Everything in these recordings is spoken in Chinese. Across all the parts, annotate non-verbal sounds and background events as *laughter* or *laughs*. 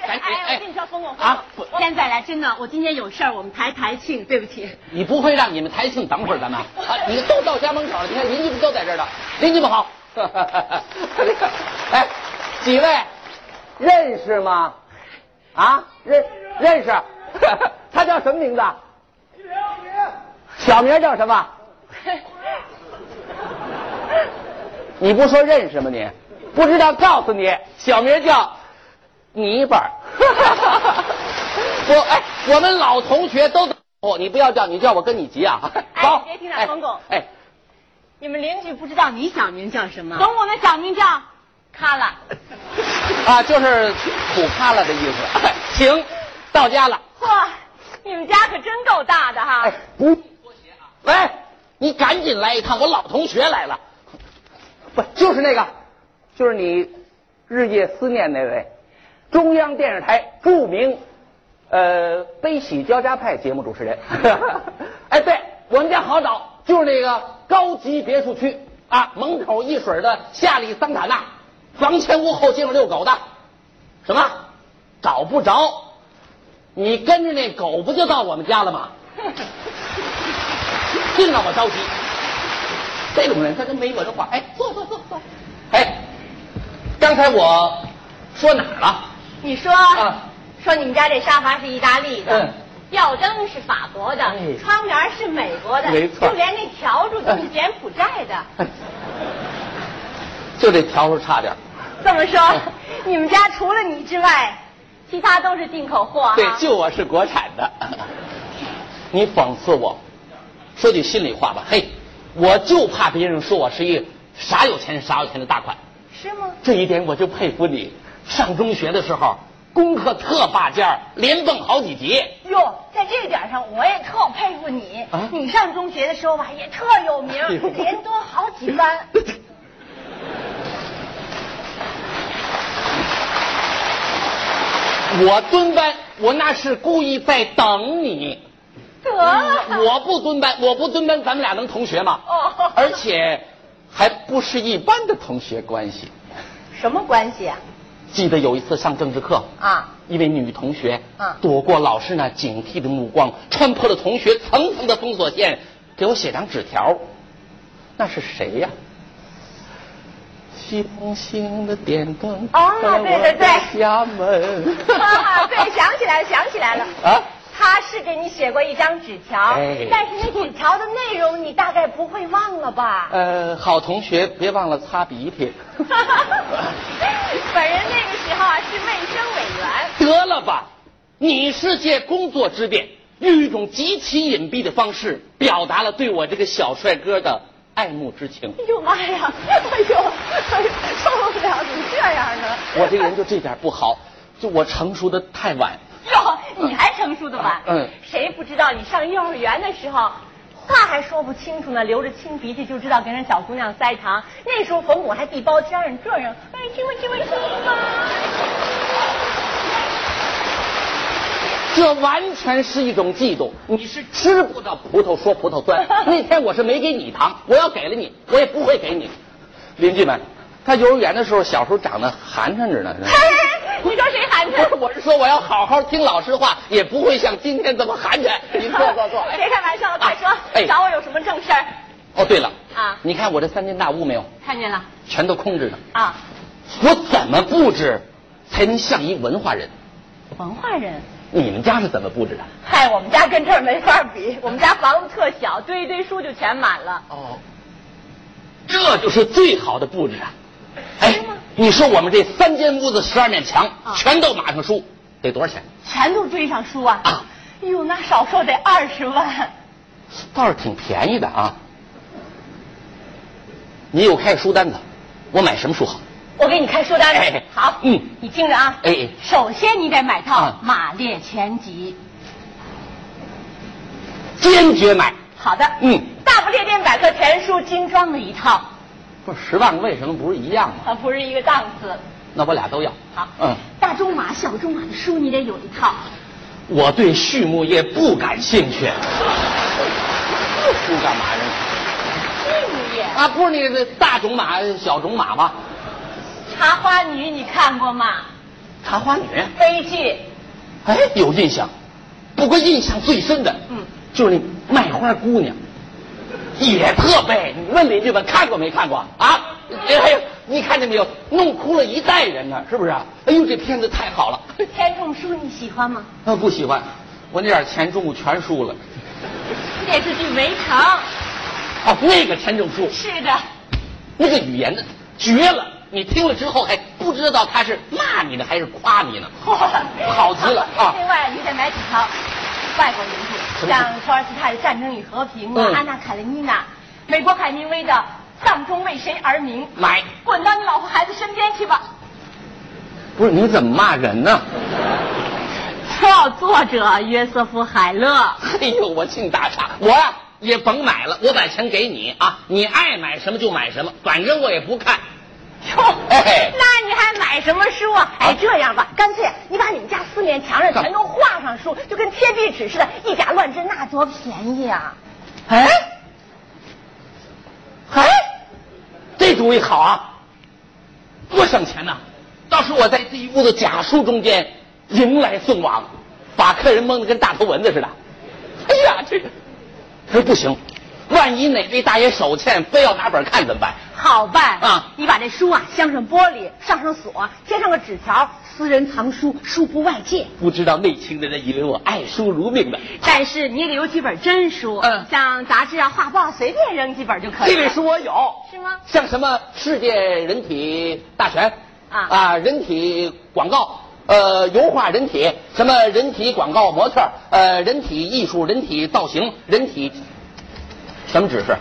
哎，我跟你说，冯巩，冯啊不巩，现在来，真的，我今天有事儿，我们台台庆，对不起。你不会让你们台庆等会儿咱们啊？你都到家门口了，你看邻居们都在这儿呢。邻居们好， *laughs* 哎，几位认识吗？啊，认认识。 *laughs* 他叫什么名字？小名叫什么？ *laughs* 你不说认识吗你？不知道，告诉你，小名叫泥巴儿。 *laughs* 我哎，我们老同学都哦，你不要叫，你叫我跟你急 *laughs* 啊！哎好，别提了哎冯巩哎，你们邻居不知道你小名叫什么？冯巩的小名叫卡 *laughs* 拉。哎啊，就是苦哈了的意思。哎行，到家了。嚯，你们家可真够大的哈哎，不拖鞋啊！喂，你赶紧来一趟，我老同学来了。不，就是那个，就是你日夜思念那位，中央电视台著名呃悲喜交加派节目主持人。 *laughs* 哎，对我们家好找，就是那个高级别墅区啊，门口一水的夏利桑塔纳，房前屋后街坊遛狗的，什么找不着？你跟着那狗不就到我们家了 *laughs* 吗？净让我着急。这种人他都没文化。哎，坐坐坐坐。哎，刚才我说哪儿了？你说、啊说你们家这沙发是意大利的，嗯吊灯是法国的，哎窗帘是美国的，没错就连那笤帚都是柬埔寨的。哎就这条数差点儿。这么说，哎你们家除了你之外，其他都是进口货哈、对，就我是国产的。你讽刺我，说句心里话吧，嘿，我就怕别人说我是一啥有钱啥有钱的大款。是吗？这一点我就佩服你。上中学的时候，功课特拔尖儿，连蹦好几级。哟，在这点上我也特佩服你。啊你上中学的时候吧，也特有名，哎呦哎连多好几 *laughs* 班。我蹲班，我那是故意在等你。得了，我不蹲班，我不蹲班，咱们俩能同学吗？哦而且还不是一般的同学关系。什么关系啊？记得有一次上政治课， *laughs* 啊，一位女同学啊躲过老师那警惕的目光，穿破了同学层层的封锁线，给我写张纸条。那是谁呀、星星的点灯哦对对对。家门 *laughs* 对，想起来了，想起来了。 *laughs* 啊，他是给你写过一张纸条，哎但是那纸条的内容你大概不会忘了吧？呃，好同学，别忘了擦鼻涕。 *laughs* *laughs* 本人那个时候啊是卫生委员，得了吧，你是借工作之便，用一种极其隐蔽的方式，表达了对我这个小帅哥的爱慕之情。哎呦妈呀，哎呦，受不了，怎么这样呢？我这个人就这点不好，就我成熟的太晚。哟，你还成熟的晚？嗯谁不知道你上幼儿园的时候，话还说不清楚呢，流着青鼻涕就知道给人小姑娘塞糖。那时候冯巩还地包天儿，你这样，哎，亲我亲我亲我。这完全是一种嫉妒，你是吃不到葡萄说葡萄酸。那天我是没给你糖，我要给了你，我也不会给你。邻居们，他幼儿园的时候，小时候长得寒碜着呢。嘿， *laughs* 你说谁寒不是，碜？嗯 *laughs* 我是说我要好好听老师话，也不会像今天这么寒碜。您坐坐坐。 *laughs* 别开玩笑了，快说，哎找我有什么正事儿？哦，对了，啊你看我这三间大屋没有，看见了全都空着呢。啊，我怎么布置才能像一文化人？文化人。你们家是怎么布置的？ *laughs* 嗨，我们家跟这儿没法比，我们家房子特小，堆一堆书就全满了。哦，这就是最好的布置啊！哎是吗，你说我们这三间屋子十二面墙、啊全都码上书，得多少钱？全都堆上书啊！啊哎呦，那少说得二十万。倒是挺便宜的啊！你有开书单子，我买什么书好？我给你看书单子哎好，嗯你听着啊。哎哎首先你得买套《啊马列全集坚决买！》。好的。嗯大不列颠百科全书精装的一套，不是十万个为什么不是一样吗？啊，不是一个档次。那我俩都要。好，嗯，大中马、小中马的书你得有一套。我对畜牧业不感兴趣。书干嘛呀？畜牧业，啊，不是那个大种马、小种马吗？ 《茶花女》你看过吗？茶花女。悲剧，哎，有印象。不过印象最深的，嗯，就是那卖花姑娘，也特背。你问邻居们看过没看过啊？哎呦，你看见没有？弄哭了一代人呢，是不是？哎呦，这片子太好了。天种书你喜欢吗？啊，不喜欢，我那点钱中午全输了。电视剧《围城》哦，那个钱钟书，是的，那个语言呢，绝了！你听了之后还不知道他是骂你呢还是夸你 *laughs* 呢。好极了啊另外，你得买几套外国名什著，么像托尔斯泰的《战争与和平》啊，嗯安娜·卡列尼娜》，美国海明威的《丧钟为谁而鸣》。买，滚到你老婆孩子身边去吧！不是你怎么骂人呢？ *laughs* 创作者约瑟夫·海勒。哎呦，我净打岔，我呀也甭买了，我把钱给你啊，你爱买什么就买什么，反正我也不看。哟，哎那你还买什么书啊？哎，这样吧，干脆你把你们家四面墙上全都画上书，就跟贴壁纸似的，以假乱真，那多便宜啊！哎，哎，这主意好啊，多省钱呐、到时候我在这一屋子假书中间迎来送往，把客人蒙得跟大头蚊子似的。哎呀，这个，这不行，万一哪位大爷手欠，非要拿本看怎么办？好办啊你把这书啊镶上玻璃，上上锁，贴上个纸条，私人藏书，书不外借。不知道内情的人以为我爱书如命的。但是你也得有几本真书，嗯像杂志啊、画报，随便扔几本就可以这了。本书我有，是吗像什么世界人体大全啊人体广告，呃，油画人体，什么人体广告模特，呃，人体艺术，人体造型，人体什么指 *laughs* 示？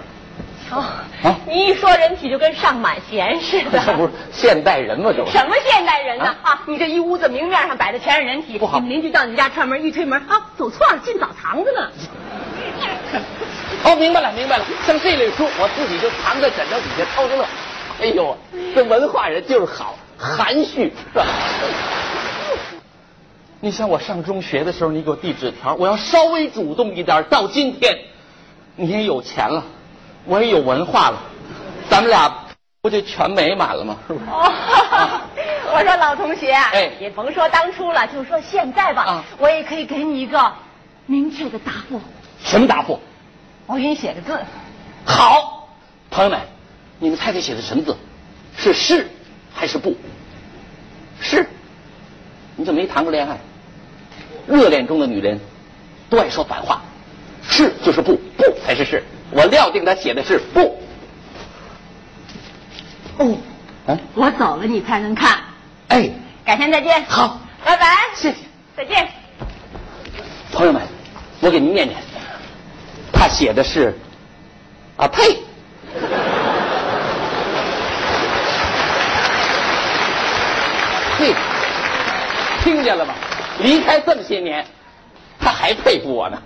哦啊你一说人体就跟上满弦似 *laughs* 的。这不是现代人吗？这不是什么现代人呢？啊，你这一屋子明面上摆的全是人体，不好你们邻居到你家串门一推门啊，走错了，进澡堂子呢。哦，明白了，明白了。像这类书，我自己就藏在枕头底下偷着乐。哎呦，这文化人就是好，含蓄是吧？你想我上中学的时候，你给我递纸条，我要稍微主动一点，到今天，你也有钱了，我也有文化了，咱们俩不就全美满了吗？是不是？哦， *laughs* 我说老同学，哎也甭说当初了，就说现在吧，啊我也可以给你一个明确的答复。什么答复？我给你写个字，好，朋友们，你们猜猜写的什么字？是是还是不？是。你怎么没谈过恋爱？热恋中的女人都爱说反话，是就是不，不才是是。我料定他写的是不。哦，哎我走了你才能看。哎，改天再见。好，拜拜。谢谢再见。朋友们，我给您念念，他写的是啊呸。 *laughs* 嘿，听见了吧？离开这么些年，他还佩服我呢。